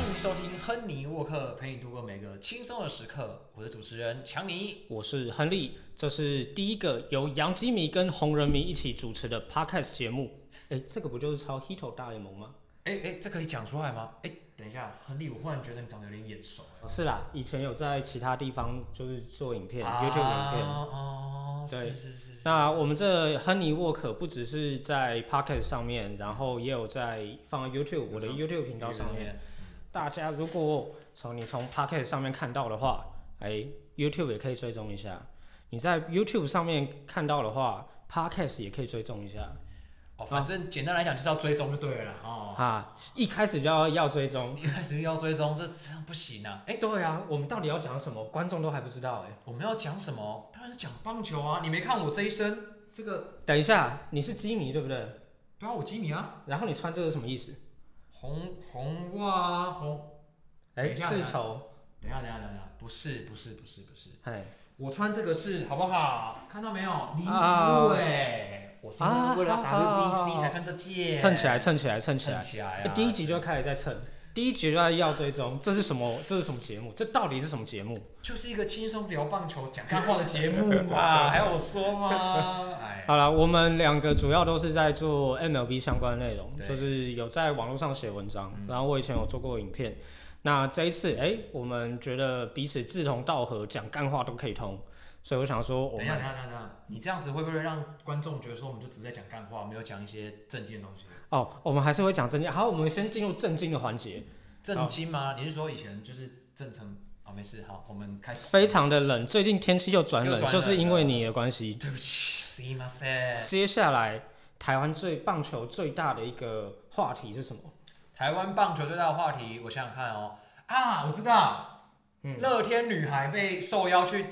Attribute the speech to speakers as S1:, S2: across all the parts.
S1: 迎收听亨尼沃克陪你度过每个轻松的时刻，我是主持人强尼。
S2: 我是亨利，这是第一个由洋基迷跟红人迷一起主持的 podcast 节目。哎，这个不就是抄 Hito 大联盟吗？
S1: 哎哎，这可以讲出来吗？哎，等一下，亨利，我忽然觉得你长得有点眼熟。
S2: 是啦，以前有在其他地方就是做影片、
S1: 啊
S2: y o u t u b e 影片。
S1: 哦，
S2: 对
S1: 是是是是。
S2: 那我们这亨尼沃克不只是在 podcast 上面，然后也有在放在 YouTube 我的 YouTube 频道上面。大家如果从你从 podcast 上面看到的话，哎，YouTube 也可以追踪一下。你在 YouTube 上面看到的话，podcast 也可以追踪一下。
S1: 哦，反正简单来讲就是要追踪就对了啦哦。
S2: 啊，一开始就要要追踪。
S1: 一开始就要追踪，这这样不行啊！
S2: 哎、对啊，我们到底要讲什么？观众都还不知道哎、
S1: 我们要讲什么？当然是讲棒球啊！你没看我这一身这个？
S2: 等一下，你是基迷对不对？
S1: 对啊，我基米啊，
S2: 然后你穿这个是什么意思？
S1: 红红袜啊，红。等
S2: 哎、
S1: 一下
S2: 世仇。
S1: 等一下，等一下，等一下，不是，不是，不是，不是。
S2: 哎，
S1: 我穿这个是好不好？看到没有，林
S2: 啊
S1: 子伟，哎我是
S2: 啊
S1: 为了
S2: 好好好
S1: WBC 才穿这件，
S2: 蹭起来，蹭起来，蹭起
S1: 蹭
S2: 来。
S1: 起来
S2: 哎
S1: 啊！
S2: 第一集就开始在蹭，第一集就在要追踪，这是什么？这是什么节目？这到底是什么节目？
S1: 就是一个轻松聊棒球、讲干话的节目 嘛，还要我说吗？哎，
S2: 好了，我们两个主要都是在做 MLB 相关内容，
S1: 对嗯
S2: 就是有在网络上写文章，然后我以前有做过影片。那这一次，哎、我们觉得彼此志同道合，讲干话都可以通，所以我想说，我
S1: 等一下，
S2: 们
S1: 等一下，等一下，你这样子会不会让观众觉得说我们就只在讲干话，没有讲一些正经的东西？
S2: 哦，我们还是会讲正经。好，我们先进入正经的环节，
S1: 正经吗？你是说以前就是正常？哦，没事，好，我们开始。
S2: 非常的冷，最近天气又转
S1: 又
S2: 冷，
S1: 转
S2: 就
S1: 冷
S2: 是因为你的关系。
S1: 对不起，すいません。
S2: 接下来，台湾最棒球最大的一个话题是什么？
S1: 台湾棒球最大的话题，我想想看哦，啊，我知道，
S2: 嗯
S1: 乐天女孩被受邀去，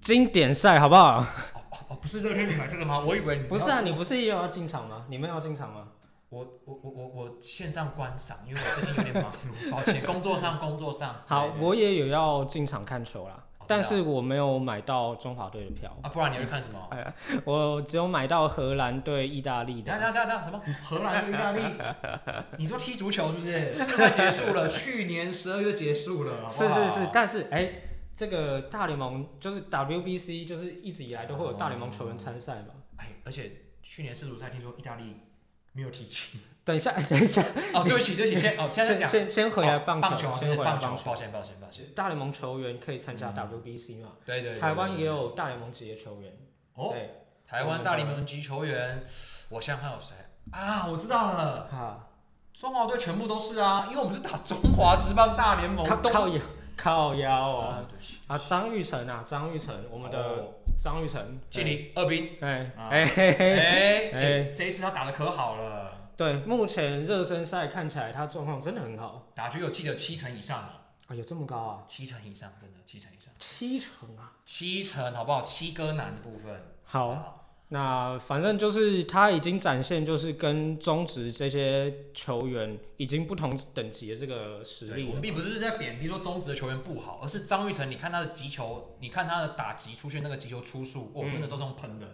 S2: 经典赛，好不好？
S1: 哦哦，不是乐天女孩这个 吗？我以为你
S2: 不是啊，你不是也有要进场吗？你们要进场吗？
S1: 我我我我我线上观赏，因为我最近有点忙 碌，抱歉，工作上工作上。
S2: 好，
S1: 对
S2: 我也有要进场看球啦
S1: 哦，
S2: 但
S1: 真
S2: 是我没有买到中华队的票，
S1: 啊，不然你会看什么？
S2: 哎我只有买到荷兰对意大利
S1: 等一
S2: 的。
S1: 下等一下等一下，什么荷兰对意大利？ 你说踢足球是不是？是不是快结束了？去年十二月结束了，好不
S2: 是
S1: 好
S2: 是是，，但是哎、这个大联盟就是 WBC，就是一直以来都会有大联盟球员参赛嘛。
S1: 哎，而且去年世足赛听说意大利没有踢进。
S2: 等一下，等一下，
S1: 哦，对不起对不起，先哦现在
S2: 先
S1: 讲
S2: 先先回来
S1: 哦
S2: 棒
S1: 棒
S2: 球，
S1: 球啊
S2: 先回来
S1: 棒
S2: 棒
S1: 球，抱歉抱歉抱歉。
S2: 大联盟球员可以参加 WBC 嘛？
S1: 对对对
S2: 台湾也
S1: 对
S2: 有大联盟职业球员。
S1: 哦，
S2: 对，
S1: 台湾大联盟级球员，我想想看有谁啊？我知道了，
S2: 哈，
S1: 中华队全部都是啊，因为我们是打中华职棒大联盟，
S2: 靠
S1: 都是
S2: 靠腰，靠腰哦。
S1: 啊，对不起，
S2: 啊，张玉成啊，张玉成，我们的
S1: 哦
S2: 张玉成，
S1: 敬礼二兵，
S2: 哎
S1: 啊
S2: 哎嘿嘿，
S1: 哎
S2: 哎
S1: 哎，这一次他打的可好了，
S2: 对，目前热身赛看起来他状况真的很好。
S1: 打局有记得七成以上啊，
S2: 哎呦，这么高啊，
S1: 七成以上，真的七成以上，
S2: 七成啊！
S1: 七成好不好？七哥男的部分，
S2: 好，，那反正就是他已经展现就是跟中职这些球员已经不同等级的这个实
S1: 对
S2: 力
S1: 我
S2: 了
S1: 们。并不是在贬低说中职的球员不好，而是张玉成，你看他的击球，你看他的打击出现那个击球出速，哦，
S2: 嗯
S1: 真的都是用喷的，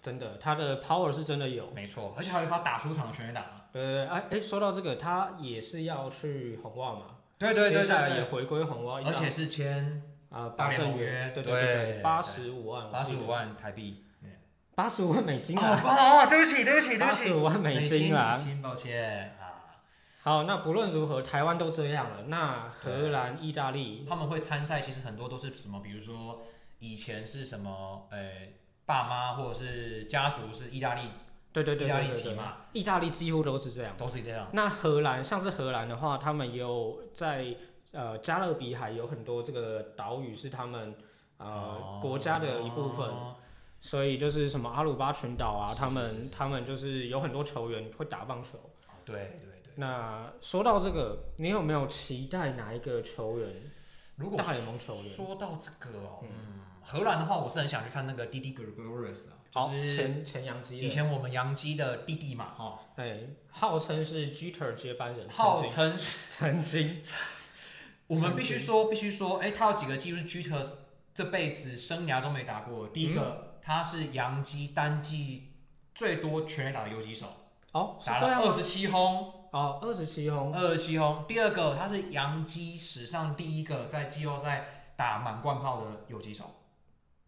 S2: 真的，他的 power 是真的有。
S1: 没错，而且还有一发打出场的全垒打。
S2: 呃，哎哎，说到这个，他也是要去红袜嘛，
S1: 对对对
S2: 接下来
S1: 对
S2: 也
S1: 对，
S2: 回归红袜，一
S1: 而
S2: 张
S1: 且是签
S2: 啊
S1: 大
S2: 八
S1: 联
S2: 胜
S1: 盟
S2: 元，
S1: 约
S2: 对对
S1: 对
S2: 八十五万，
S1: 八十五万台币。
S2: 八十五万美金啊，
S1: 哦，对不起，对不起
S2: 八十五万美金啊
S1: 美。金，抱歉啊。
S2: 好，那不论如何，台湾都这样了，那荷兰、意大利，
S1: 他们会参赛，其实很多都是什么，比如说以前是什么，呃，爸妈或者是家族是意大利，
S2: 对对对
S1: 意大
S2: 对
S1: 利
S2: 对
S1: 籍
S2: 对，
S1: 嘛，
S2: 意大利几乎都是这样。
S1: 都是这样。
S2: 那荷兰，像是荷兰的话，他们也有在呃加勒比海有很多这个岛屿是他们呃、
S1: 哦
S2: 国家的一部分，所以就是什么阿鲁巴群岛啊，
S1: 是
S2: 他
S1: 是
S2: 们
S1: 是是
S2: 他们就是有很多球员会打棒球。
S1: 对对对。
S2: 那说到这个，你有没有期待哪一个球员？
S1: 如果
S2: 大联盟球员
S1: 说到这个哦，嗯，荷兰的话，我是很想去看那个弟弟 Gregorius 啊，
S2: 好，
S1: 就是
S2: 前前洋基
S1: 以
S2: 的，
S1: 前我们洋基的弟弟嘛，哦，
S2: 哎，号称是 Jeter 接班人，
S1: 号称
S2: 曾经，
S1: 我们必须说，必须说，哎、他有几个记录是 Jeter 这辈子生涯中没打过的。第一
S2: 嗯
S1: 个，他是洋基单季最多全垒打的游击手，
S2: 哦，是
S1: 打
S2: 这
S1: 了
S2: 样
S1: 二
S2: 吗？
S1: 十七轰，
S2: 哦，二十七轰，
S1: 二十七轰。第二个，他是洋基史上第一个在季后赛打满贯炮的游击手，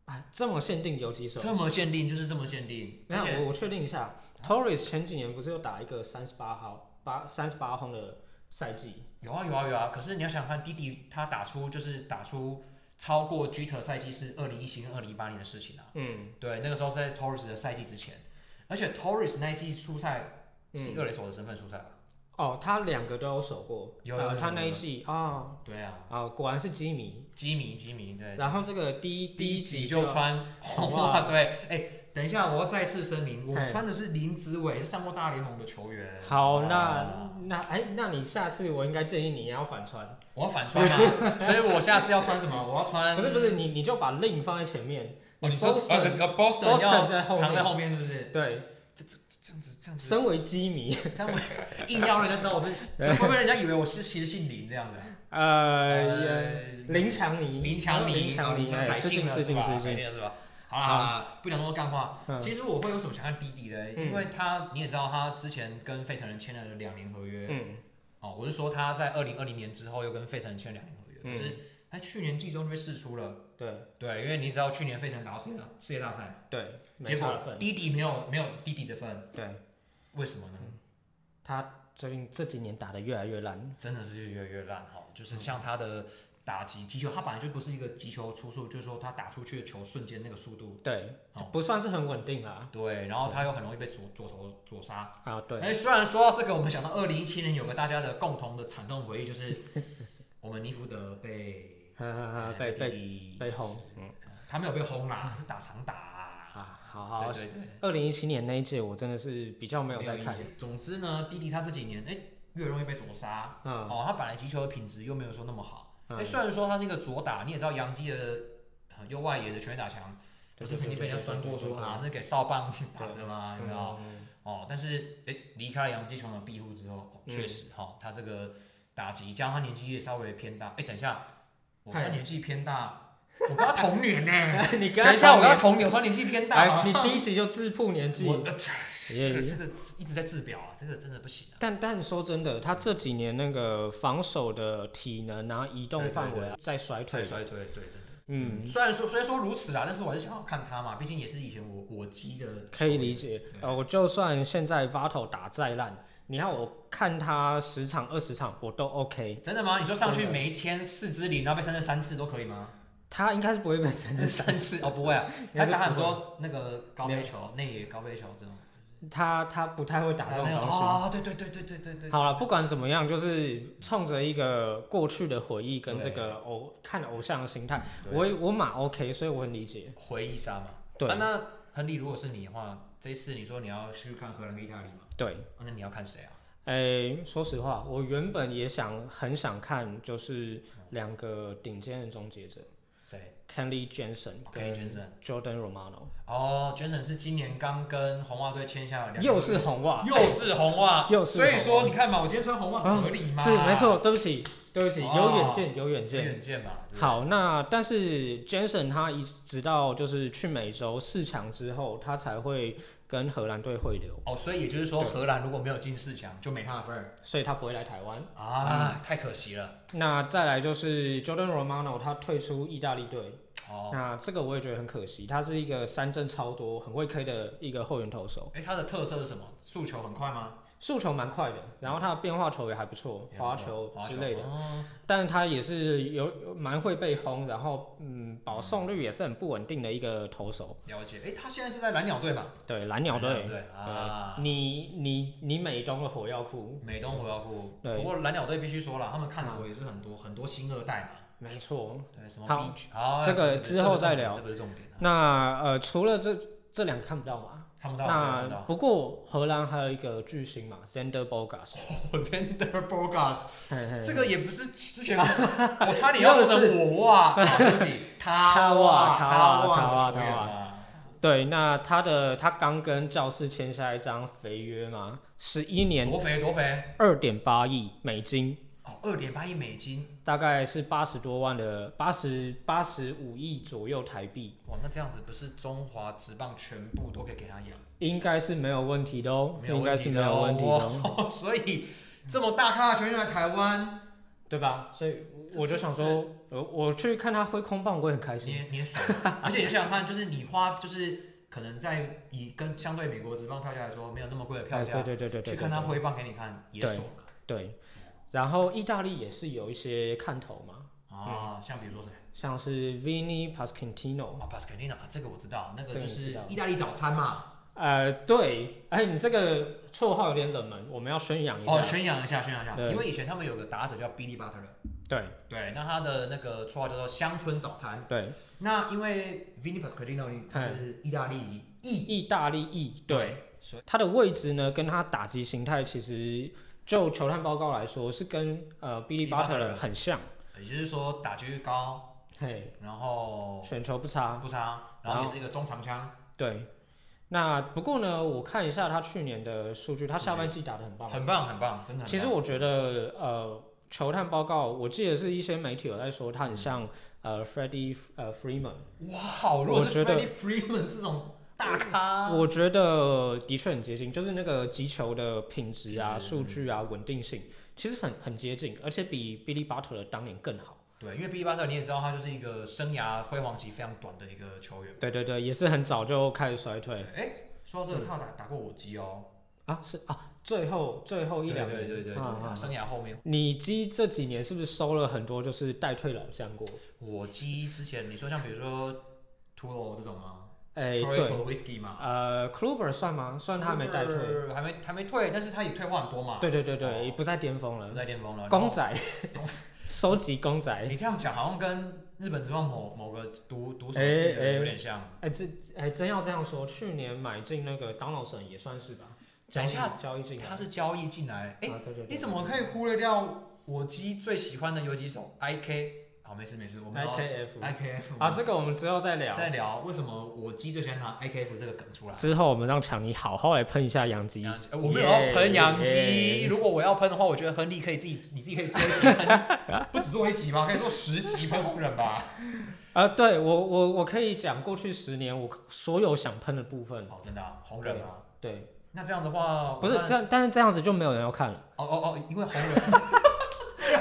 S2: 哎，这么限定有几手？
S1: 这么限定就是这么限定，
S2: 没
S1: 而
S2: 有，
S1: 且
S2: 我我确定一下，Torres 前几年不是有打一个三十八号八三十八轰的赛季？
S1: 有啊有啊有啊。可是你要想想看，弟弟他打出就是打出超过 g 特赛季是二零一七跟二零一八年的事情啊。
S2: 嗯
S1: 对，那个时候是在 Torres 的赛季之前，而且 Torres 那一季出赛是
S2: 嗯，
S1: 二垒手的身份出赛吧？
S2: 哦，他两个都有守过，
S1: 有有
S2: 呃
S1: 有
S2: 他
S1: 有
S2: 那一
S1: 有
S2: 季啊
S1: 对啊，
S2: 啊，果然是基米。
S1: 基米基米对。
S2: 然后这个第一
S1: 第一
S2: 集
S1: 集就
S2: 要
S1: 穿红 袜队，哎、等一下，我要再次声明，我
S2: 嘿
S1: 穿的是林子伟，是上过大联盟的球员。
S2: 好，
S1: 啊
S2: 那那哎，那你下次我应该建议你要反穿，
S1: 我要反穿 嘛，所以我下次要穿什么？我要穿
S2: 不是不是，你你就把 link 放在前面，
S1: 哦，你说
S2: Boston-
S1: 呃那个 Boston
S2: Boston 在
S1: 要
S2: 后
S1: 藏在
S2: 面
S1: 后面是不是？
S2: 对，
S1: 这样子这样子，
S2: 身为基迷，
S1: 这样我硬要让人家知道我 是，会不会人家以为我是其实姓林这样子啊？
S2: 呃，林强尼，
S1: 林强尼，
S2: 林强尼，哎，
S1: 改
S2: 失
S1: 姓
S2: 敬
S1: 了
S2: 失
S1: 是
S2: 敬
S1: 吧？
S2: 失
S1: 改
S2: 敬，
S1: 姓了是吧？好啦好啦，不讲那么多干话。
S2: 嗯
S1: 其实我会有什么想看弟弟的，
S2: 嗯
S1: 因为他你也知道，他之前跟费城人签了两年合约。
S2: 嗯，
S1: 哦，我是说他在二零二零年之后又跟费城人签了两年合约，
S2: 嗯
S1: 可是他去年季中就被释出了。
S2: 对
S1: 对，因为你知道去年费城打到世界大世界大赛，
S2: 对，没
S1: 结
S2: 他
S1: 果
S2: 的份，
S1: 弟弟没有没有弟弟的份，
S2: 对
S1: 为什么呢？
S2: 他最近这几年打的越来越烂，
S1: 真的是越来越烂哈，就是像他的打击击球，他本来就不是一个击球出速，就是说他打出去的球瞬间那个速度，
S2: 对
S1: 好，
S2: 不算是很稳定啦，
S1: 对，然后他又很容易被左左投左杀。
S2: 啊，对，
S1: 哎，虽然说到这个，我们想到二零一七年有个大家的共同的惨痛回忆，就是我们尼福德被
S2: 哈哈
S1: 哎
S2: 哈，被被
S1: 被
S2: 被轰，嗯
S1: 他没有被轰啦，是打长打啊。
S2: 啊，好好，
S1: 对对对，
S2: 二零一七年那一届我真的是比较没有在
S1: 印
S2: 看，
S1: 象总之呢，弟弟他这几年哎越容易被左杀，
S2: 嗯
S1: 哦，他本来击球的品质又没有说那么好。哎、
S2: 嗯，
S1: 虽然说他是一个左打，你也知道洋基的呃右外野的全垒打墙，不是曾经被人家酸过说啊，那给哨棒打的嘛，有没有？
S2: 嗯
S1: 哦，但是哎，离、开了洋基球场的庇护之后，哦
S2: 嗯
S1: 确、实哈、他这个打击加上他年纪也稍微偏大。哎、等一下，我说他
S2: 嗨
S1: 年纪偏大，我跟他同年呢、
S2: 你跟
S1: 等一下，我跟他
S2: 要
S1: 同年，我说他年纪偏大好
S2: 哎，
S1: 不
S2: 你
S1: 好
S2: 第一集就自曝年纪哎
S1: 我。呃这
S2: 也
S1: 这个这个一直在自表啊，这个真的不行啊。
S2: 但但说真的，他这几年那个防守的体能啊、移动范围啊，在衰退
S1: 太。衰退，对，真的。
S2: 嗯，
S1: 虽然说虽然说如此啊，但是我还是想要看他嘛，毕竟也是以前我我击的球员。
S2: 可以理解。呃，我就算现在 Vato 打再烂，你看我看他十场、二十场，我都 OK。
S1: 真的吗？你说上去
S2: 真的
S1: 每一天四支零，然后被三振三次都可以吗？
S2: 他应该是不会被三振
S1: 三次哦，不会啊，
S2: 应
S1: 他
S2: 该是
S1: 打很
S2: 不会
S1: 多那个高飞球、内野高飞球这种。
S2: 他他不太会打这种
S1: 那个
S2: 东西。
S1: 哦，对对对对对对对。
S2: 好了，不管怎么样，就是冲着一个过去的回忆跟
S1: 对
S2: 这个偶看偶像的心态，
S1: 对
S2: 我我蛮 OK，所以我很理解。
S1: 回忆杀嘛。
S2: 对
S1: 啊那亨利，如果是你的话，这一次你说你要去看荷兰跟意大利嘛？
S2: 对，
S1: 啊那你要看谁啊？
S2: 哎、说实话，我原本也想很想看，就是两个顶尖的终结者
S1: 谁
S2: Kenley Jensen
S1: ？K
S2: 跟
S1: j e n s o n
S2: Jordan Romano，
S1: 哦 j e n s o n 是今年刚跟红袜队签下了两个
S2: 又是红袜，哎
S1: 又是红袜，
S2: 啊又是
S1: 所以
S2: 红袜
S1: 说你看嘛，我今天穿红袜
S2: 啊
S1: 合理吗？
S2: 是没，错，对不起，对不起，有
S1: 哦
S2: 远见，有远见。
S1: 远见嘛。啊对不对，
S2: 好，那但是 Jensen 他一直到就是去美洲四强之后，他才会跟荷兰队汇流，
S1: 哦，所以也就是说，
S2: 对
S1: 荷兰如果没有进四强，就没他的份儿
S2: 所以他不会来台湾。
S1: 啊，
S2: 嗯
S1: 太可惜了。
S2: 那再来就是 Jordan Romano 他退出意大利队，
S1: 哦，
S2: 那这个我也觉得很可惜，他是一个三振超多、很会 K 的一个后援投手，
S1: 哎，他的特色是什么？速球很快吗？
S2: 速球蛮快的，然后他的变化球也还不错，滑球之类的，
S1: 的。
S2: 但他也是有有蛮会被轰，然后嗯保送率也是很不稳定的一个投手。
S1: 了解。哎，他现在是在蓝鸟队嘛？
S2: 对，蓝鸟队。
S1: 对啊。
S2: 你你你美东的火药库，
S1: 美东火药库，
S2: 对
S1: 不过蓝鸟队必须说了，他们看头也是很多很多新二代嘛，
S2: 没错。
S1: 对什么
S2: 好
S1: B 好，
S2: 这个
S1: 不是不是
S2: 之后
S1: 这不是重
S2: 再
S1: 点
S2: 聊
S1: 这不是重点啊，
S2: 那呃，除了这这两个看不到嘛，
S1: 看不到，看不
S2: 那
S1: 到。
S2: 不过荷兰还有一个巨星嘛，Zander Bogas，
S1: 我 Zander Bogas
S2: 嘿嘿
S1: 这个也不是之 前我差点要说成我哇，啊对不起，他
S2: 他
S1: 哇
S2: 哇
S1: 他啊
S2: 他哇他
S1: 哇
S2: 哇
S1: 的球员
S2: 他哇啊
S1: 嘛
S2: 对，那他的他刚跟教室签下一张肥约嘛，十一年
S1: 多肥多肥
S2: 二点八亿美金，
S1: 哦，二点八亿美金，
S2: 大概是八十多万的八十八十五亿左右台币，
S1: 哇，那这样子不是中华职棒全部都可以给他养？
S2: 应该是没有问题的哦，
S1: 没有
S2: 应该
S1: 问题
S2: 是
S1: 的
S2: 没有问题的哦。
S1: 哦，所以这么大咖的球员来台湾，
S2: 对吧？所以我就想说，我我去看他挥空棒，我也很开
S1: 你
S2: 心。
S1: 也你也爽，啊 而且你想想看，就是你花就是可能在以跟相对美国职棒票价来说，没有那么贵的票
S2: 哎
S1: 价，
S2: 对对对对对，
S1: 啊去看他
S2: 对
S1: 挥棒给你看也
S2: 对
S1: 爽
S2: 对，然后意大利也是有一些看头嘛，
S1: 啊。
S2: 嗯
S1: 像比如说谁
S2: 像是 Vini Pasquantino，
S1: 啊 p a s c a l i n a 这个我知道，那
S2: 这
S1: 个就
S2: 个你知
S1: 是
S2: 道
S1: 意大利早餐嘛。
S2: 呃，对，哎，你这个绰号有点冷门，我们要宣扬一下。
S1: 哦，宣扬一下，宣扬一下，
S2: 对
S1: 因为以前他们有个打者叫 Billy Butler，
S2: 对
S1: 对，那他的那个绰号叫做乡村早餐。
S2: 对，
S1: 那因为 Vinny Pasqualino 他是意大利裔，
S2: 意大利裔，对，
S1: 所以
S2: 他的位置呢，跟他打击形态其实就球探报告来说是跟呃 Billy
S1: Billy
S2: Butler
S1: Butler
S2: 很像，
S1: 也就是说打击率高，
S2: 嘿，
S1: 然后
S2: 选球不差，
S1: 不差，然后也是一个中长枪，
S2: 对。那不过呢，我看一下他去年的数据，他
S1: 数
S2: 下
S1: 据
S2: 半季打得很棒，
S1: 很棒很棒，真的很棒。
S2: 其实我觉得，呃，球探报告，我记得是一些媒体有在说他很像、呃 Freddie 呃 Freeman，、
S1: 哇，如果
S2: 我
S1: 是
S2: 觉得
S1: Freddie Freeman 这种大咖，
S2: 我觉得的确很接近，就是那个击球的品质啊、
S1: 品质嗯
S2: 数据啊、稳定性，其实很很接近，而且比 Billy Butler 当年更好。
S1: 对，因为 Billy Butler 你也知道，他就是一个生涯辉煌期非常短的一个球员。
S2: 对对对，也是很早就开始衰退
S1: 哎、说到这个，他有打打过我鸡哦，
S2: 啊，是啊，最后最后一
S1: 对
S2: 两
S1: 对
S2: 年，
S1: 对对对，
S2: 啊啊
S1: 他生涯后面
S2: 你鸡这几年是不是收了很多就是代退老将过？
S1: 我鸡之前你说像比如说 Tulo 这种吗
S2: 哎、
S1: ？Troy
S2: 对，
S1: Tulo Whisky 吗？
S2: 呃，Kluber 算吗？算他没代退。
S1: 呃，还没还没退，但是他也退化很多嘛，
S2: 对对对对，
S1: 哦
S2: 不在巅峰
S1: 不
S2: 了。
S1: 在巅峰了。
S2: 公仔
S1: 公，
S2: 收集公仔。
S1: 然后
S2: 哎
S1: 你这样讲好像跟日本职棒某某个独独手
S2: 哎
S1: 剧
S2: 哎
S1: 的有点像。、
S2: 这哎、真要这样说，去年买进那个 Donaldson 也算是吧。交
S1: 等一
S2: 易
S1: 下
S2: 交易进来。
S1: 他是交易进来，哎，
S2: 哎啊，对对对。
S1: 你怎么可以忽略掉我鸡最喜欢的游击手 IK？好，没事没事，我们哦
S2: IKF
S1: IKF
S2: 啊？这个我们之后再聊。
S1: 再聊为什么我鸡最喜欢拿 IKF 这个梗出来。
S2: 之后我们让强尼好好来喷一下杨基。
S1: 洋基呃我没有要喷洋基，
S2: 耶
S1: 如果我要喷的话，我觉得亨利可以自己， 你自己可以做一集喷，不止做一集吧，可以做十集喷红人 吧。
S2: 啊，对我我我可以讲过去十年我所有想喷的部分。
S1: 哦，真的啊红人吗？
S2: 对，
S1: 哦那这样的话，
S2: 不是
S1: 我看
S2: 这样，但是这样子就没有人要看了。
S1: 哦哦哦，因为红人，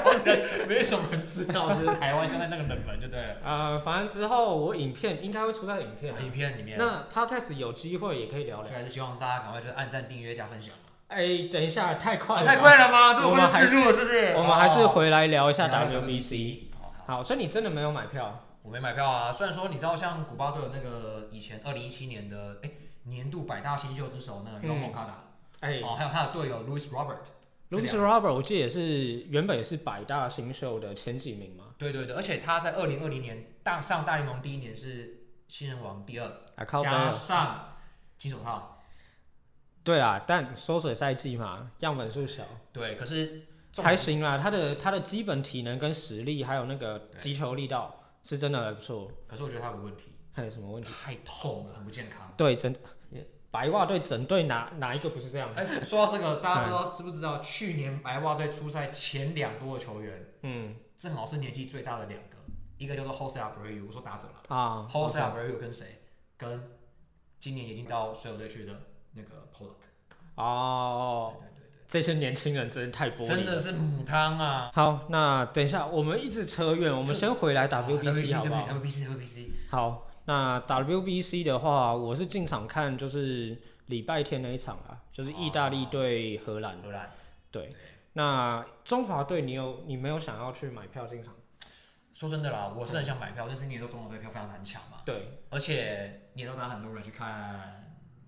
S1: 红人没什么人知道，就是台湾现在那个冷门，就对了。
S2: 呃，反正之后我影片应该会出在影片啊。
S1: 影片里面，
S2: 那 podcast 有机会也可以聊
S1: 所以
S2: 聊。
S1: 还是希望大家赶快就是按赞、订阅、加分享。
S2: 哎，等一下，太快
S1: 啊
S2: 了，
S1: 太快了吗？这么
S2: 我
S1: 快
S2: 们
S1: 就
S2: 还
S1: 结
S2: 是
S1: 束了，是不是？
S2: 我们还是
S1: 哦
S2: 回来聊一下
S1: 聊
S2: WBC。
S1: 好好
S2: 好，所以你真的没有买票？
S1: 我没买票啊，虽然说你知道，像古巴队有那个以前二零一七年的哎年度百大新秀之首那个 y o
S2: 嗯
S1: m o k a d
S2: 哎
S1: a 哦，还有他的队友 Louis Robert，这
S2: ，Louis
S1: 两
S2: Robert，我记得也是原本也是百大新秀的前几名嘛。
S1: 对对对，而且他在二零二零年大上大联盟第一年是新人王第二，
S2: 啊，靠背
S1: 加
S2: 了。
S1: 上金手套。
S2: 对啊，但缩水赛季嘛，样本数小，
S1: 对，可是重
S2: 还
S1: 点
S2: 行啦。他的他的基本体能跟实力，还有那个击球力道，是真的还不错。
S1: 可是我觉得他有个问题，
S2: 还有什么问题？
S1: 太痛了，很不健康。
S2: 对，整白袜队整队哪哪一个不是这样？
S1: 哎、说到这个，大家不知道
S2: 嗯
S1: 知不知道，去年白袜队出赛前两多的球员，
S2: 嗯
S1: 正好是年纪最大的两个，一个叫做 Jose Abreu，我说打者了、
S2: 啊
S1: j o s e Abreu 跟谁？跟今年已经到水手队去的那个 Pollock。
S2: 哦，
S1: 对对对
S2: 这些年轻人真的太玻
S1: 对，
S2: 璃
S1: 真
S2: 了
S1: 的。是母汤啊！
S2: 好，那等一下，我们一直扯远，我们先回来
S1: 啊
S2: WBC 好不好？
S1: WBC WBC
S2: 好，那 WBC 的话，我是进场看，就是礼拜天那一场啊，就是意大利对荷兰。
S1: 荷兰。
S2: 对，那中华队你有你没有想要去买票进场？
S1: 说真的啦，我是很想买票，但是你也知道中国队票非常难抢嘛，
S2: 对
S1: 而且你也知道，很多人去看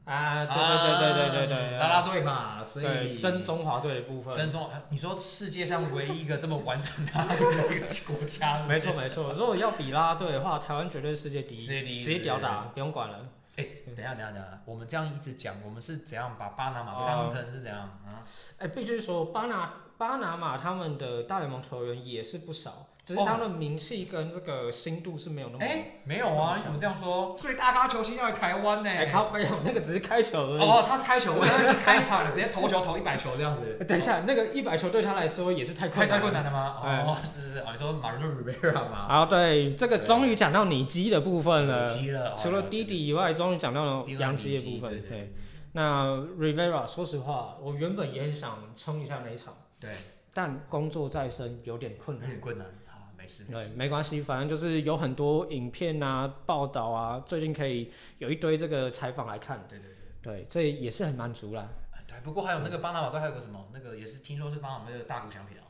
S2: 啊，对对对对对对对，
S1: 啦啦队嘛，啊所
S2: 对
S1: 以
S2: 真中华队的部分，
S1: 真中，你说世界上唯一一个这么完整啦啦队的一个国家，
S2: 没错没错。如果要比啦啦队的话，台湾绝对是世界第
S1: 直
S2: 一，
S1: 接第一，
S2: 直接吊打，不用管了。
S1: 对。对对等一下等一下等一下，我们这样一直讲，我们是怎样把巴拿马当成是怎样啊？
S2: 哎，必须说巴拿巴拿马他们的大联盟球员也是不少，只是
S1: 哦
S2: 他们名气跟这个心度是没有那么。
S1: 哎，没有啊，你怎么这样说？最大咖球星要来台湾呢？
S2: 哎，靠，没有，那个只是哎开球而已。
S1: 哦，他是开球，我要开场，直接投球投一百球这样子。
S2: 哎等一下，那个一百球对他来说也是太
S1: 太
S2: 困
S1: 太
S2: 难。
S1: 困难了吗？
S2: 哎
S1: 哦，是是是，哦，你说 Marino Rivera 吗？
S2: 好，对，这个
S1: 对啊
S2: 终于讲到你鸡的部分了。
S1: 急了，
S2: 除了弟弟以外，终于讲到了
S1: 另外
S2: 杨基
S1: 一
S2: 的部
S1: 集
S2: 分。
S1: 对对
S2: 那 Rivera，说实话，我原本也很想冲一下那一场，
S1: 对对，
S2: 但工作在身有点困
S1: 有
S2: 难。
S1: 点困难，好，没事没
S2: 对
S1: 事，，
S2: 没关系，反正就是有很多影片啊、报道啊，最近可以有一堆这个采访来看。
S1: 啊对对对。
S2: 对，这也是很满足啦。
S1: 哎对，不过还有那个巴拿马队还有个什么，那个也是听说是巴拿马队的大股翔平哦。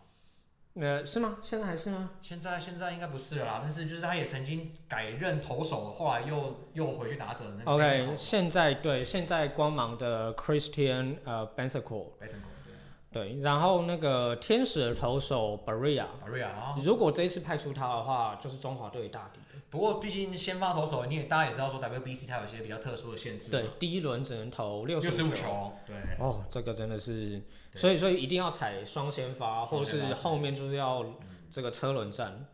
S2: 呃，是吗？现在还是吗？
S1: 现在现在应该不是了啦，但是就是他也曾经改任投手，后来又又回去打者那个 Bettencourt。
S2: OK，现在对，现在光芒的 Christian 呃 b e n s i c o
S1: b e t t e n c o r 对，
S2: 对，然后那个天使的投手 Berea，
S1: 巴瑞亚啊。
S2: 如果这一次派出他的话，就是中华队大敌。
S1: 不过毕竟先发投手，你也大家也知道说 WBC 它有一些比较特殊的限制嘛，
S2: 对，第一轮只能投六
S1: 六
S2: 十
S1: 十五。球，对，
S2: 哦，这个真的是，
S1: 对
S2: 所以所以一定要踩双先发，或
S1: 双
S2: 者
S1: 先发是
S2: 是
S1: 嗯
S2: 后面就是要这个车轮战。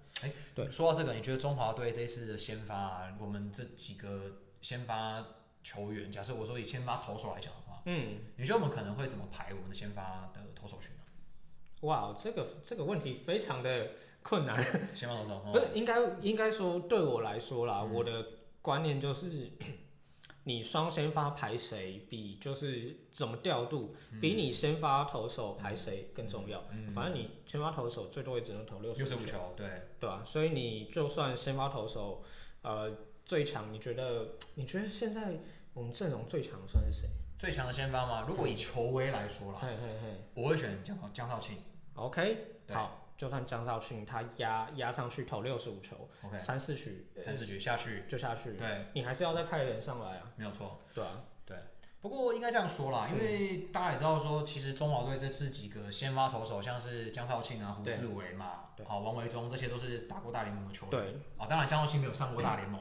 S2: 对
S1: 说到这个，你觉得中华队这次的先发啊，我们这几个先发球员，假设我说以先发投手来讲的话，
S2: 嗯，
S1: 你觉得我们可能会怎么排我们的先发的投手群呢、
S2: 哇，这个这个问题非常的困难。
S1: 先发投手，哦嗯
S2: 不是，应该应该说对我来说啦，我的观念就是， 你双先发排谁比就是怎么调度，比你先发投手排谁更重要。
S1: 嗯
S2: 反正你先发投手最多也只能投六
S1: 六
S2: 十
S1: 十五球，对，
S2: 对吧、所以你就算先发投手，呃，最强，你觉得你觉得现在我们阵容最强算是谁？
S1: 最强的先发嘛。如果以球威来说啦，
S2: 嘿嘿嘿
S1: 我会选江江少庆
S2: ，OK，
S1: 对
S2: 好，就算江少庆他压压上去投六十五球，
S1: ，OK，
S2: 三四局呃
S1: 陈世局下去，
S2: 就下去，
S1: 对，
S2: 你还是要再派人上来啊。
S1: 没有错。
S2: 对啊，
S1: 不过应该这样说啦，因为
S2: 嗯
S1: 大家也知道说，其实中华队这次几个先发投手，像是江少庆啊、胡
S2: 对
S1: 志伟嘛，
S2: 对
S1: 好、王维忠，这些都是打过大联盟的球员。
S2: 对嗯
S1: 哦，当然江少庆没有上过大联盟，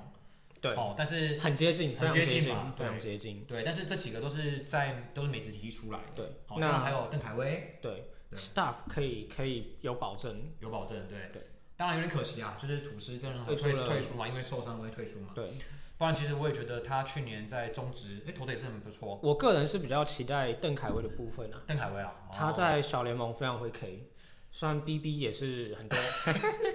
S2: 对，嗯
S1: 哦，但是
S2: 很接近，非
S1: 很
S2: 常
S1: 接
S2: 接
S1: 近
S2: 近
S1: 嘛，
S2: 非常
S1: 对
S2: 接近。
S1: 对，但是这几个都是在都是美职体系出来的，
S2: 对
S1: 好、
S2: 那
S1: 当然还有邓凯威
S2: 对
S1: 对
S2: ，staff 可以可以有保证，
S1: 有保证，对，
S2: 嗯对
S1: 当然有点可惜啊，就是土司真的很退
S2: 退出了
S1: 退出嘛，因为受伤会退出嘛，
S2: 对
S1: 不然其实我也觉得他去年在中职，哎，投的也是很不错，
S2: 我个人是比较期待邓凯威的部分啊，
S1: 邓凯威啊，哦
S2: 他在小联盟非常会 K，虽然 BB 也是很多，
S1: 啊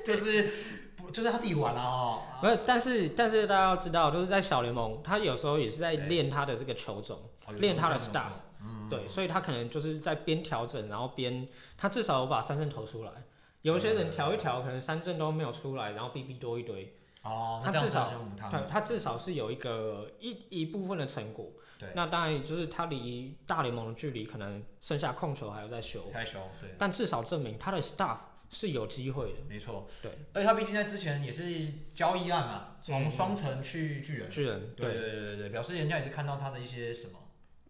S1: 就是不就是他自己玩啊，哦，
S2: 不是，但是但是大家要知道，就是在小联盟，他有时候也是在练他的这个球种，
S1: 好哦有
S2: 练
S1: 时候
S2: 他的
S1: 这样没有
S2: staff
S1: 错嗯，
S2: 对，所以他可能就是在边调整，然后边他至少有把三振投出来。有些人调一调，可能三振都没有出来，然后 BB 多一堆，
S1: 哦，那
S2: 他
S1: 这样
S2: 至少
S1: 子就母汤
S2: 对，它至少是有一个一一部分的成果。
S1: 对
S2: 那当然就是它离大联盟的距离可能剩下控球还要再修，
S1: 开球，对，
S2: 但至少证明他的 staff 是有机会的。
S1: 没错，
S2: 对，
S1: 而且他毕竟在之前也是交易案嘛，从
S2: 嗯
S1: 双城去巨人，
S2: 巨人
S1: 对
S2: 对
S1: 对对对对，表示人家也是看到他的一些什么，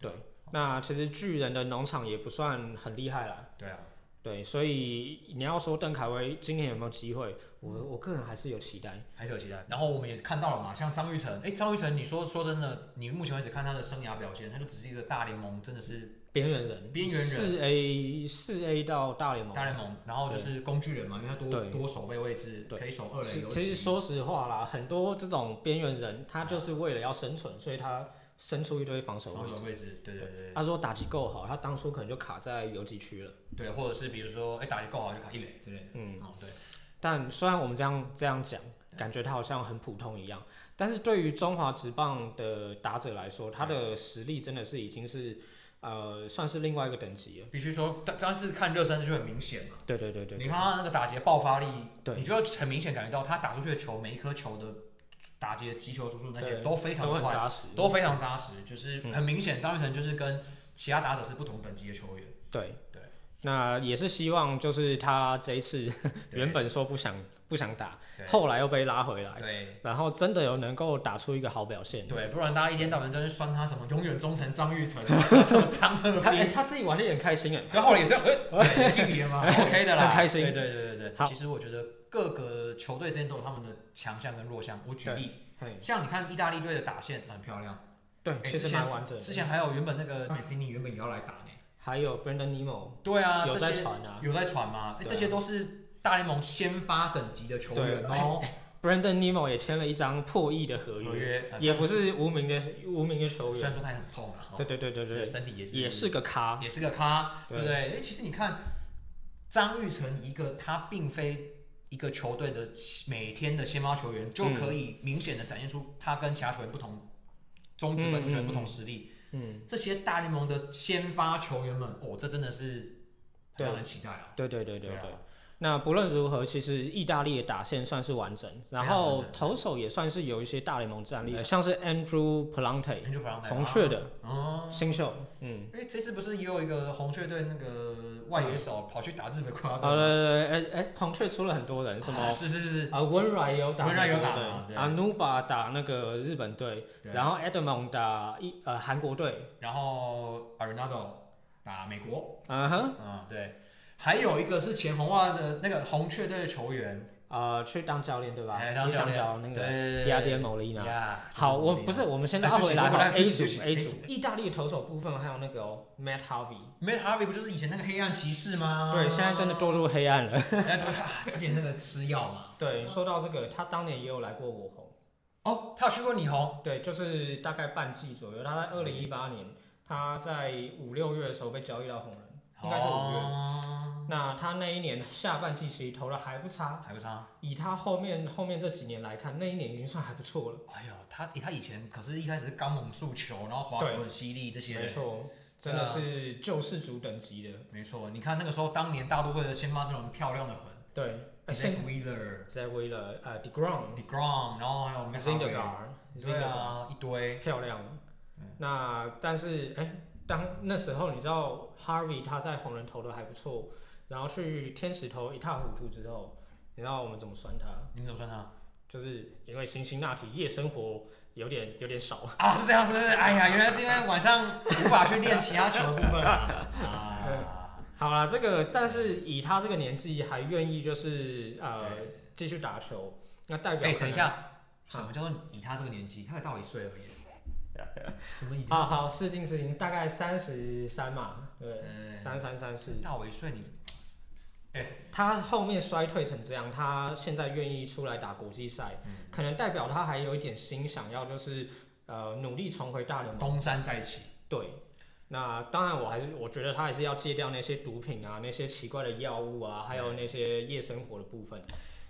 S2: 对，那其实巨人的农场也不算很厉害啦。
S1: 对啊，
S2: 对，所以你要说邓凯威今年有没有机会，我我个人还是有期待。
S1: 还是有期待。然后我们也看到了嘛，像张玉成，哎，张玉成，你说说真的，你目前为止看他的生涯表现，他就只是一个大联盟，真的是
S2: 边缘人，
S1: 边缘人
S2: 四 A 四 A 到大联盟
S1: 大，联盟，然后就是工具人嘛，因为他多
S2: 对
S1: 多守备位置，
S2: 对
S1: 可以守二垒
S2: 其
S1: 游
S2: 其实
S1: 击，哎
S2: 说实话啦，很多这种边缘人，他就是为了要生存，所以他生出一堆防守
S1: 防
S2: 位
S1: 守
S2: 置。
S1: 位置，对对对
S2: 他说打击够好，他当初可能就卡在游击区了。
S1: 对，或者是比如说，哎，打得够好就卡一垒之类的，
S2: 嗯，
S1: 哦，对，
S2: 但虽然我们这样这样讲，感觉他好像很普通一样，但是对于中华职棒的打者来说，他
S1: 哎
S2: 的实力真的是已经是呃算是另外一个等级了。
S1: 必须说，但但是看热身就很明显嘛。
S2: 对对对对，
S1: 你看他那个打劫爆发力，
S2: 对
S1: 你就会很明显感觉到他打出去的球，每一颗球的打劫、击球、出速那些
S2: 对
S1: 都非常
S2: 都
S1: 的
S2: 很
S1: 快，
S2: 扎实。嗯
S1: 都非常扎实，就是很明显，张玉成就是跟其他打者是不同等级的球员。
S2: 对
S1: 对。
S2: 那也是希望，就是他这一次
S1: 对
S2: 原本说不想不想打，
S1: 对
S2: 后来又被拉回来，
S1: 对
S2: 然后真的有能够打出一个好表现。
S1: 对，不然大家一天到晚在那酸他什么永远忠诚张玉成，啊什么张鹤
S2: 他、哎
S1: 斌，
S2: 他自己玩的也很开心哎。
S1: 然后后来也这样，哎，敬礼了嘛，OK 的啦，
S2: 很开心
S1: 对对对对对，
S2: 好
S1: 其实我觉得各个球队之间都有他们的强项跟弱项。我举例，像你看意大利队的打线很漂亮，
S2: 对
S1: 哎，
S2: 其
S1: 之
S2: 实
S1: 前
S2: 蛮完整
S1: 之
S2: 的。
S1: 前还有原本那个美西尼原本也要来打呢。
S2: 还有 Brandon Nemo
S1: 对啊，
S2: 有
S1: 这
S2: 在
S1: 些
S2: 传啊
S1: 有在传吗？哎
S2: 对啊
S1: 这些都是大联盟先发等级的球员哦，
S2: ，Brandon Nemo 也签了一张破亿的合
S1: 合
S2: 约，
S1: 约呃
S2: 也不是无名的无名的球
S1: 虽然
S2: 员。
S1: 说他也很痛啊，
S2: 对对对对
S1: 对
S2: 对，
S1: 身体也是
S2: 也是个咖。
S1: 也是个咖，对
S2: 对
S1: 不对？哎，其实你看张玉成一个，他并非一个球队的每天的先发球员，就可以明显的展现出他跟其他球员不同，中职本土球员不同实力。
S2: 嗯，
S1: 这些大联盟的先发球员们，哦，这真的是很让人期待啊。
S2: 对对对对
S1: 对
S2: 对。
S1: 啊
S2: 那不论如何，其实意大利的打线算是完整，然
S1: 非常完
S2: 后
S1: 整
S2: 投手也算是有一些大联盟战
S1: 嗯
S2: 力，像是 Andrew Plante
S1: 很久不让啊
S2: 红雀的
S1: 哦，
S2: 新秀，嗯，
S1: 哎，这次不是也有一个红雀队那个外野手跑去打日本国家队
S2: 好
S1: 吗？
S2: 了，哎哎，红雀出了很多人，什么
S1: 啊是是是，
S2: 啊温软有打，
S1: 温软有打
S2: 对
S1: 嘛对
S2: 啊努巴打那个日本队，
S1: 对
S2: 然后 Edmond 打一呃韩国队，
S1: 然后 Arenado 打美国，
S2: 嗯哼，
S1: 嗯，对，还有一个是前红袜的那个红雀队的球员，
S2: 啊去当教练对吧？
S1: 哎当
S2: 你
S1: 教
S2: 想
S1: 练
S2: 找那个
S1: 对
S2: 迪亚迪莫利纳。
S1: 呀
S2: 好，我不是，我们先拉
S1: 哎对不
S2: 回
S1: 起
S2: 来
S1: 我
S2: 哈
S1: 来对
S2: A
S1: 不起对不
S2: 组
S1: 起
S2: A
S1: 对不
S2: 组，意大利投手部分还有那个哦 Matt Harvey，
S1: Matt Harvey 不就是以前那个黑暗骑士吗？
S2: 对，现在真的堕入黑暗了。
S1: 哎，对啊，之前那个吃药嘛。
S2: 对，说到这个，他当年也有来过我红，
S1: 哦，他有去过你红，
S2: 对，就是大概半季左右，他在二零一八年，他在五六月的时候被交易到红人，
S1: 啊
S2: 应该是五月。
S1: 哦，
S2: 那他那一年下半季其实投的还不差，
S1: 还不差。
S2: 以他后面后面这几年来看，那一年已经算还不错了。
S1: 哎呦，他他以前可是一开始是刚猛速球，然后滑球很犀利这些
S2: 没
S1: 的。
S2: 错，真的是救世主等级的。
S1: 没错，你看那个时候，当年大都会的先发阵容漂亮的很，
S2: 对，哎，
S1: 你看
S2: 现
S1: Wheeler、
S2: 在为了呃 Degrom、
S1: Degrom，然后还有 m a
S2: z
S1: c
S2: i n d
S1: d
S2: e
S1: e
S2: g a
S1: r
S2: r z
S1: 对
S2: i n d e g a r
S1: 啊，一堆。
S2: 漂亮
S1: 嗯。
S2: 那但是哎、当那时候你知道 Harvey 他在红人投的还不错，然后去天使投一塌糊涂之后，你知道我们怎么酸他？
S1: 你们怎么算他？
S2: 就是因为辛辛那提夜生活有点有点少，
S1: 啊，是这样，是不是？哎呀，原来是因为晚上无法去练其他球的部分啊。啊，
S2: 好啦，这个但是以他这个年纪还愿意就是呃
S1: 对
S2: 继续打球，那 代表
S1: 哎，
S2: 可能
S1: 等一，下，什么叫做以他这个年纪？他才大我一岁而已。什么以
S2: 好
S1: 他？
S2: 好试镜试镜，大概三十三嘛，对，
S1: 嗯
S2: 三三三四，
S1: 大我一岁，你
S2: 他后面衰退成这样，他现在愿意出来打国际赛，
S1: 嗯
S2: 可能代表他还有一点心想要就是呃努力重回大联盟。
S1: 东山再起。
S2: 对，那当然我还是我觉得他还是要戒掉那些毒品啊、那些奇怪的药物啊，还有那些夜生活的部分。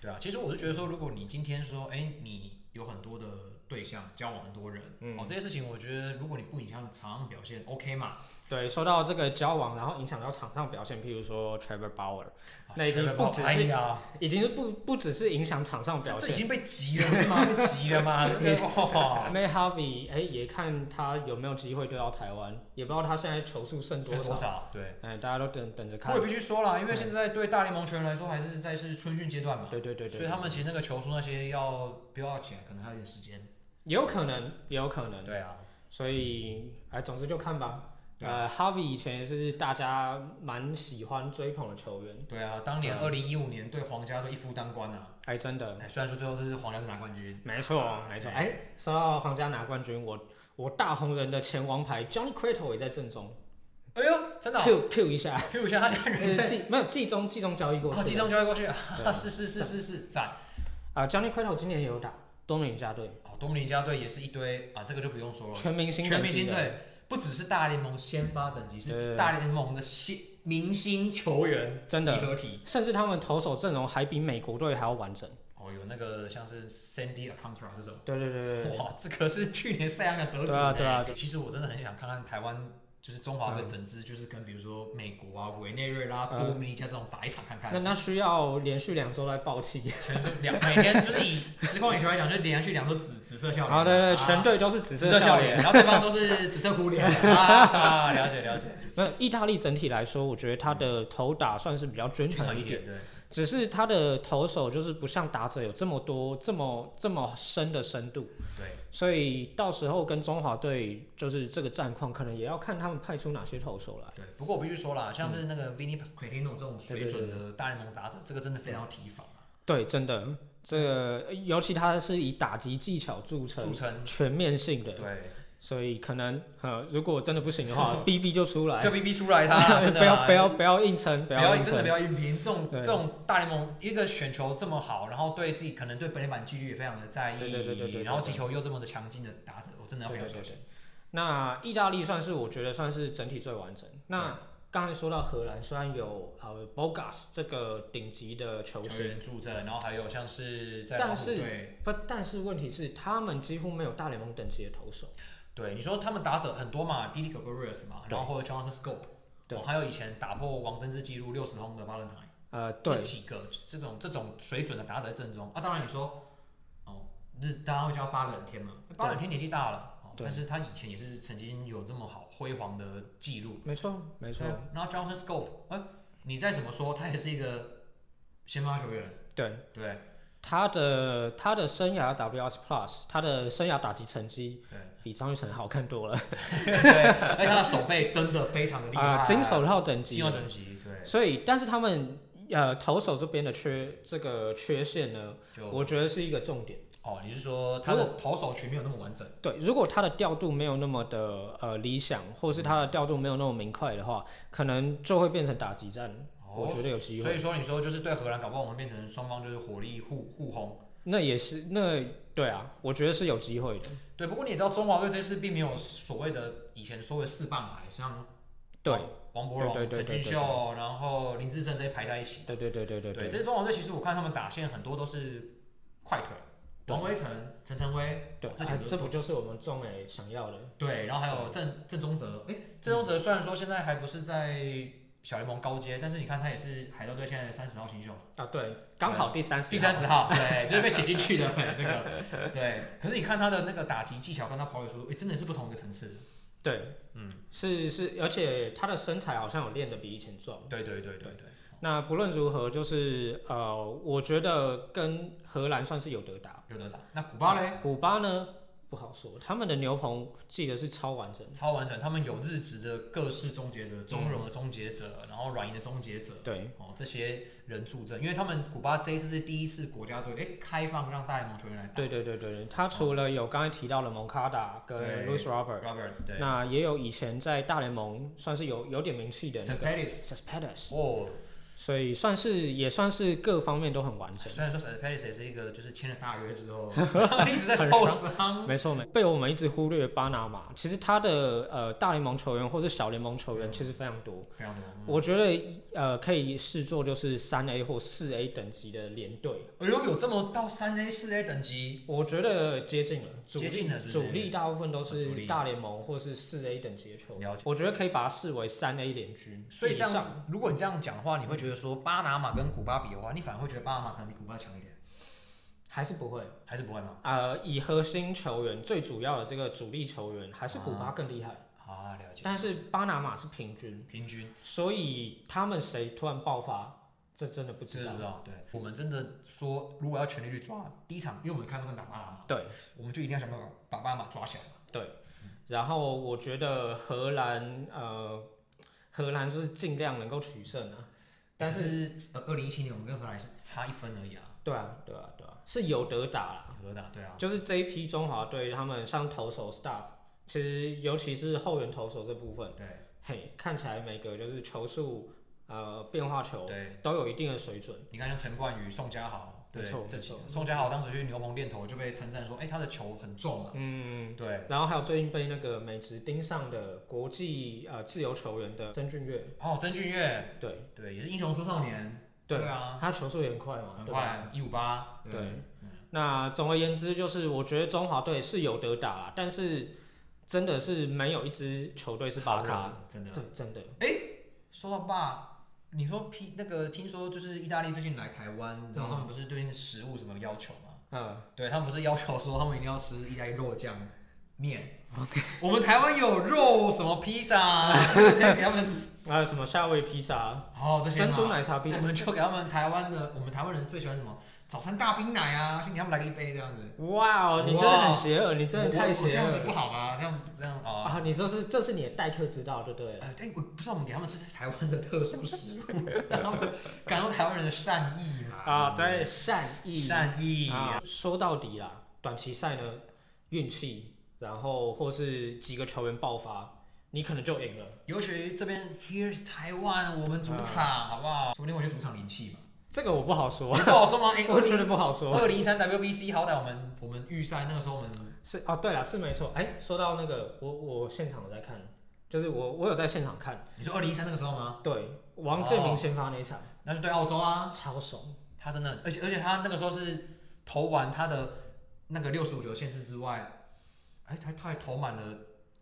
S1: 对啊，其实我是觉得说，如果你今天说，哎、你有很多的对象，交往很多人，
S2: 嗯
S1: 哦，这些事情，我觉得如果你不影响场上表现，OK 嘛？
S2: 对，说到这个交往，然后影响到场上表现，譬如说 Trevor Bauer，
S1: 啊
S2: 那已经不只是
S1: 哎呀，
S2: 已经是不不只是影响场上
S1: 这
S2: 表
S1: 这已
S2: 现。
S1: 经被急了，不是吗？被急了 吗？对不对哇
S2: May 哦 Harvey，哎、也看他有没有机会对到台湾，也不知道他现在球速剩
S1: 剩
S2: 多
S1: 多
S2: 少。
S1: 少？对，
S2: 哎、大家都等等着
S1: 我
S2: 看
S1: 也。必须说了，因为现在对大联盟球员来说，还是在是春训阶段嘛，
S2: 对对对对，
S1: 所以他们其实那个球速那些要飙要起来，可能还有点时间。
S2: 也有可能，也有可能。
S1: 对啊，
S2: 所以，哎，总之就看吧。
S1: 对
S2: 呃，Harvey 以前也是大家蛮喜欢追捧的球员，
S1: 对啊，当
S2: 嗯
S1: 年二零一五年对皇家队一夫当关啊，
S2: 哎，真的，
S1: 哎，虽然说最后是皇家队拿冠军，
S2: 没错，没错。哎，说到皇家拿冠军，我我大红人的前王牌 John Cueto 也在阵中
S1: 哎呦，真的、哦、
S2: ，Q Q 一下，
S1: ，Q 一下他现在
S2: 呃
S1: 人在
S2: 季没有季中季中交 易过去
S1: 哦，
S2: 的，
S1: 集中交易过去，
S2: 对
S1: 是是是是是，赞。
S2: 啊，Johnny Cueto 今年也有打东林家队，
S1: 哦，多米尼加队也是一堆啊，这个就不用说了，
S2: 全明星
S1: 全
S2: 等
S1: 明
S2: 级
S1: 星
S2: 的，
S1: 队不只是大联盟先发等级，是
S2: 对
S1: 大联盟的新明星球员
S2: 真的
S1: 集合体。
S2: 甚至他们投手阵容还比美国队还要完整。
S1: 哦，有那个像是 Sandy Alcantara 这种，
S2: 对对对对对。
S1: 哇，这可是去年赛扬的得主
S2: 对啊
S1: 呢
S2: 对啊
S1: 欸
S2: 对
S1: 其实我真的很想看看台湾。就是中华队整支，就是跟比如说美国啊、委内瑞拉、
S2: 嗯
S1: 多米尼加这种打一场看看
S2: 那，那需要连续两周来爆气，
S1: 全是两每天就是以实况眼球来讲，就是连续两周紫紫色笑脸
S2: 好，
S1: 嘛，
S2: 对对，
S1: 啊
S2: 全队都是紫
S1: 紫
S2: 色
S1: 色
S2: 笑
S1: 笑
S2: 脸
S1: 脸，。然后对方都是紫色哭脸啊， 了解了解，
S2: 那意大利整体来说，我觉得他的投打算是比较均衡一点，
S1: 对，
S2: 只是他的投手就是不像打者有这么多、这么这么深的深度，
S1: 对，
S2: 所以到时候跟中华队就是这个战况，可能也要看他们派出哪些投手来。
S1: 对。不过我必须说啦，像
S2: 嗯
S1: 是那个 Vinny c r e t i n o 这种水准的大联盟打者，这个真的非常要提防啊，
S2: 对，真的，这个呃尤其他是以打击技巧著
S1: 著
S2: 称，
S1: 称。
S2: 全面性的，
S1: 对，
S2: 所以可能呃，如果真的不行 的话，BB 就出来
S1: 就，逼逼出来他，真的啊
S2: 不要不要不要硬撑，
S1: 不
S2: 要
S1: 要
S2: 硬
S1: 真的
S2: 撑
S1: 不。要硬拼。这种
S2: 对
S1: 这种大联盟一个选球这么好，然后对自己可能对本垒板纪律也非常的在
S2: 对对对对对
S1: 意，
S2: 对
S1: 然后击球又这么的强劲的打者，我真的要非
S2: 对
S1: 常
S2: 对
S1: 小
S2: 对
S1: 心
S2: 对。。那意大利算是我觉得算是整体最完整。那刚才说到荷兰，虽然有呃 Bogas 这个顶级的球
S1: 球
S2: 星，
S1: 员助阵，然后还有像是在
S2: 但
S1: 老虎
S2: 是
S1: 队
S2: 不，但是问题是他们几乎没有大联盟等级的投手。
S1: 对，你说他们打者很多嘛，Didi g r g o r i u s 嘛，
S2: 对
S1: 然后或者 Johnson Scope，
S2: 对
S1: 哦，还有以前打破王贞治纪录六十轰的巴伦塔，
S2: 呃，
S1: 这
S2: 对，
S1: 几个这种这种水准的打者在正中啊。当然你说哦，日大家会叫巴冷天嘛，巴冷天年纪大了，哦，
S2: 对
S1: 但是他以前也是曾经有这么好辉煌的记录，
S2: 没错，没错
S1: 对，啊。然后 Johnson Scope，哎、你再怎么说，他也是一个先发球员，
S2: 对。
S1: 对
S2: 他的他的生涯 WRC Plus，他的生涯打击成绩
S1: 对
S2: 比张玉成好看多了
S1: 对，而哎且他的手背真的非常的厉害，
S2: 啊，金手套等级
S1: 金。二等级，对，
S2: 所以，但是他们呃投手这边的缺这个缺陷呢，
S1: 就
S2: 我觉得是一个重点。
S1: 哦，你是说他的投手群没有那么完整，
S2: 对，如果他的调度没有那么的呃理想，或
S1: 嗯
S2: 是他的调度没有那么明快的话，可能就会变成打击战。我觉得有机
S1: 哦所
S2: 会。
S1: 以说，你说就是对荷兰，搞不好我们变成双方就是火力互互轰。
S2: 那也是那对啊，我觉得是有机会的。
S1: 对，不过你也知道，中华队这次并没有所谓的以前说的四棒牌，像
S2: 对，
S1: 王伯荣、
S2: 对对
S1: 陈
S2: 对对
S1: 俊秀，然后林志胜这些排在一起。
S2: 对对对对对
S1: 这次中华队其实我看他们打线很多都是快腿，
S2: 对
S1: 王威成、陈晨威，
S2: 对，
S1: 之前
S2: 啊
S1: 都
S2: 这不就是我们众美想要的？
S1: 对，然后还有郑郑宗哲，哎，郑
S2: 嗯
S1: 宗哲虽然说现在还不是在小联盟高阶，但是你看他也是海盗队现在的三十号新秀。
S2: 啊，对，刚好第三十，
S1: 第三十号， 对，就是被写进去的那个，对。可是你看他的那个打击技巧跟他跑垒速度，哎、真的是不同一个层次。
S2: 对，
S1: 嗯，
S2: 是是，而且他的身材好像有练得比以前壮。
S1: 对对对对对，
S2: 那不论如何，就是呃，我觉得跟荷兰算是有得打。
S1: 有的打。那古巴嘞，
S2: 古巴呢不好说，他们的牛棚记得是超完整。
S1: 超完整，他们有日职的各式终结者、中荣的终结
S2: 嗯
S1: 者，然后软银的终结者，
S2: 对，
S1: 哦，这些人助阵，因为他们古巴这一次是第一次国家队哎、诶开放让大联盟球员来打。
S2: 对对对对对，他除了有刚才提到的蒙卡达
S1: 对
S2: 跟 Louis Robert，
S1: Robert 对
S2: 那也有以前在大联盟算是有有点名气的
S1: s e s p e d i s
S2: s u s p e d e s
S1: 哦，
S2: 所以算是也算是各方面都很完整。
S1: 虽然说 s e s p e d i s 也是一个就是签了大约之 后一直在受伤，
S2: 没错，没被我们一直忽略。巴拿马其实他的呃大联盟球员或是小联盟球员其实非常多，
S1: 非常多。
S2: 我觉得呃可以视作就是三 A 或四 A 等级的连队，
S1: 哎呦，有这么到三 A 四 A 等级，
S2: 我觉得接近了，主
S1: 接近
S2: 力
S1: 了是不是哦
S2: 主力大部分都
S1: 主力
S2: 是大联盟或是四 A 等级的球
S1: 了
S2: 员
S1: 解，
S2: 我觉得可以把它视为三 A 联军，
S1: 所以这样
S2: 以
S1: 子
S2: 上，
S1: 如果你这样讲的话，你会觉得说巴拿马跟古巴比的话，你反而会觉得巴拿马可能比古巴强一点，
S2: 还是不会。
S1: 还是不会吗？
S2: 呃，以核心球员最主要的这个主力球员还是古巴更厉害，
S1: 啊，了解。
S2: 但是巴拿马是平均。
S1: 平均，
S2: 所以他们谁突然爆发，这真的不
S1: 真
S2: 知
S1: 的
S2: 道
S1: 不。知道。对，我们真的说，如果要全力去抓第一场，因为我们看不上打巴拿马，
S2: 对
S1: 我们就一定要想办法把巴拿马抓起来嘛。
S2: 对，然后我觉得荷兰呃，荷兰就是尽量能够取胜啊，但是
S1: 是呃，二零一七年我们跟荷兰也是差一分而已啊，
S2: 对啊对啊对啊，是有得打啦。
S1: 荷兰对啊，
S2: 就是这一批中华队他们像投手 staff，其实尤其是后援投手这部分，
S1: 对
S2: 嘿，看起来每个就是球速呃变化球
S1: 对。
S2: 都有一定的水准。
S1: 你看像陈冠宇、宋佳豪，对
S2: 没错，
S1: 这
S2: 没
S1: 几
S2: 错
S1: 个宋佳豪当时去牛棚练投就被称赞说，哎，他的球很重啊，
S2: 嗯，
S1: 对，
S2: 然后还有最近被那个美职盯上的国际呃自由球员的曾俊岳，
S1: 哦，曾俊岳，
S2: 对
S1: 对，也是英雄出少年，
S2: 对
S1: 对啊，
S2: 他球速也很快嘛，
S1: 很
S2: 对吧
S1: 快，一啊五八，
S2: 对。那总而言之，就是我觉得中华队是有得打啦，但是真的是没有一支球队是
S1: 好
S2: 爆咖，，
S1: 真的。
S2: 对，真的。
S1: 说到爸，你说 P 那个，听说就是意大利最近来台湾，然后他们不是对食物什么要求吗？
S2: 嗯，
S1: 对他们不是要求说他们一定要吃意大利肉酱面。我们台湾有肉什么披萨， 是不是可以给他们
S2: 还有什么夏威夷披萨、
S1: 哦这些
S2: 珍珠
S1: 嘛，
S2: 奶茶披
S1: 我
S2: 萨，
S1: 们就给他们台湾的，我们台湾人最喜欢什么早餐大冰奶啊，先给他们来个一杯这样子。
S2: 哇哦，你真的很邪恶，你真的
S1: 我
S2: 太
S1: 我我这
S2: 邪
S1: 样
S2: 恶
S1: 子不
S2: 了
S1: 好吗？这样这样啊。
S2: 啊！你这是这是你的待客之道，对不对了？
S1: 呃，哎，我不知道我们给他们吃台湾的特殊食 物，让他们感受台湾人的善意嘛。
S2: 啊，对，善意，
S1: 善意
S2: 啊，说到底啦，短期赛呢，运气，然后或是几个球员爆发，你可能就赢了。
S1: 尤其这边 Here's Taiwan，我们主
S2: 啊
S1: 场，好不好？说不定我去主场灵气嘛，
S2: 这个我不好说，
S1: 你不好说吗？哎，二
S2: 我觉得
S1: 零
S2: 不好说。
S1: 二零三 WBC，好歹我们我们预赛那个时候我们
S2: 是哦，对了，是没错。哎，说到那个，我我现场有在看，就是我我有在现场看，
S1: 你说二零一三那个时候吗？
S2: 对，王建民先发那一场、
S1: 那就对澳洲啊，
S2: 超爽，
S1: 他真的，而且而且他那个时候是投完他的那个六十五球限制之外，哎，他他还投满了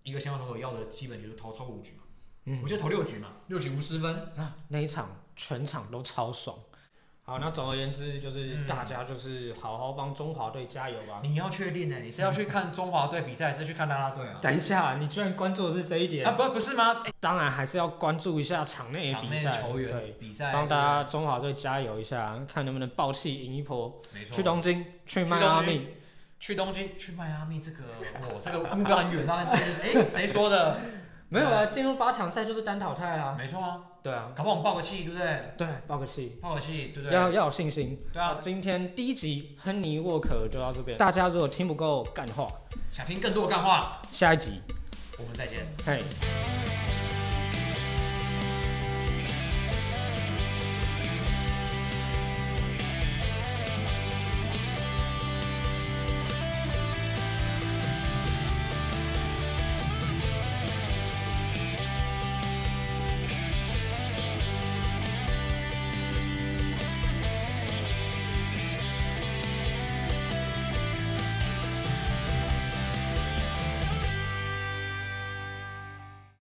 S1: 一个先发投手要的基本局数，投超过五局嘛。
S2: 嗯
S1: 我就投六局嘛，六局无失分，
S2: 那那一场全场都超爽。好，那总而言之就是大家就是好好帮中华队加油吧。
S1: 你要确定欸呢、你是要去看中华队比赛，还是去看啦啦队啊？
S2: 等一下，你居然关注的是这一点，
S1: 啊，不不是吗？
S2: 当然还是要关注一下场内的
S1: 场
S2: 比
S1: 内的
S2: 赛，
S1: 球
S2: 对，
S1: 员比赛，
S2: 帮大家中华队加油一下，看能不能爆气赢一波，
S1: 对没错，
S2: 去东京，去迈阿密，
S1: 去东京去迈阿密，这个我这个目标很远，但是哎谁说的？
S2: 没有啊，进入八强赛就是单淘汰啦。
S1: 没错啊，
S2: 对啊，
S1: 搞不好我们爆个气，对不对？
S2: 对，爆个气。
S1: 爆个气，对不对？
S2: 要要有信心。
S1: 对啊
S2: 好，今天第一集亨尼沃克就到这边。大家如果听不够干话，
S1: 想听更多的干话，
S2: 下一集，
S1: 我们再见。
S2: 嘿，拜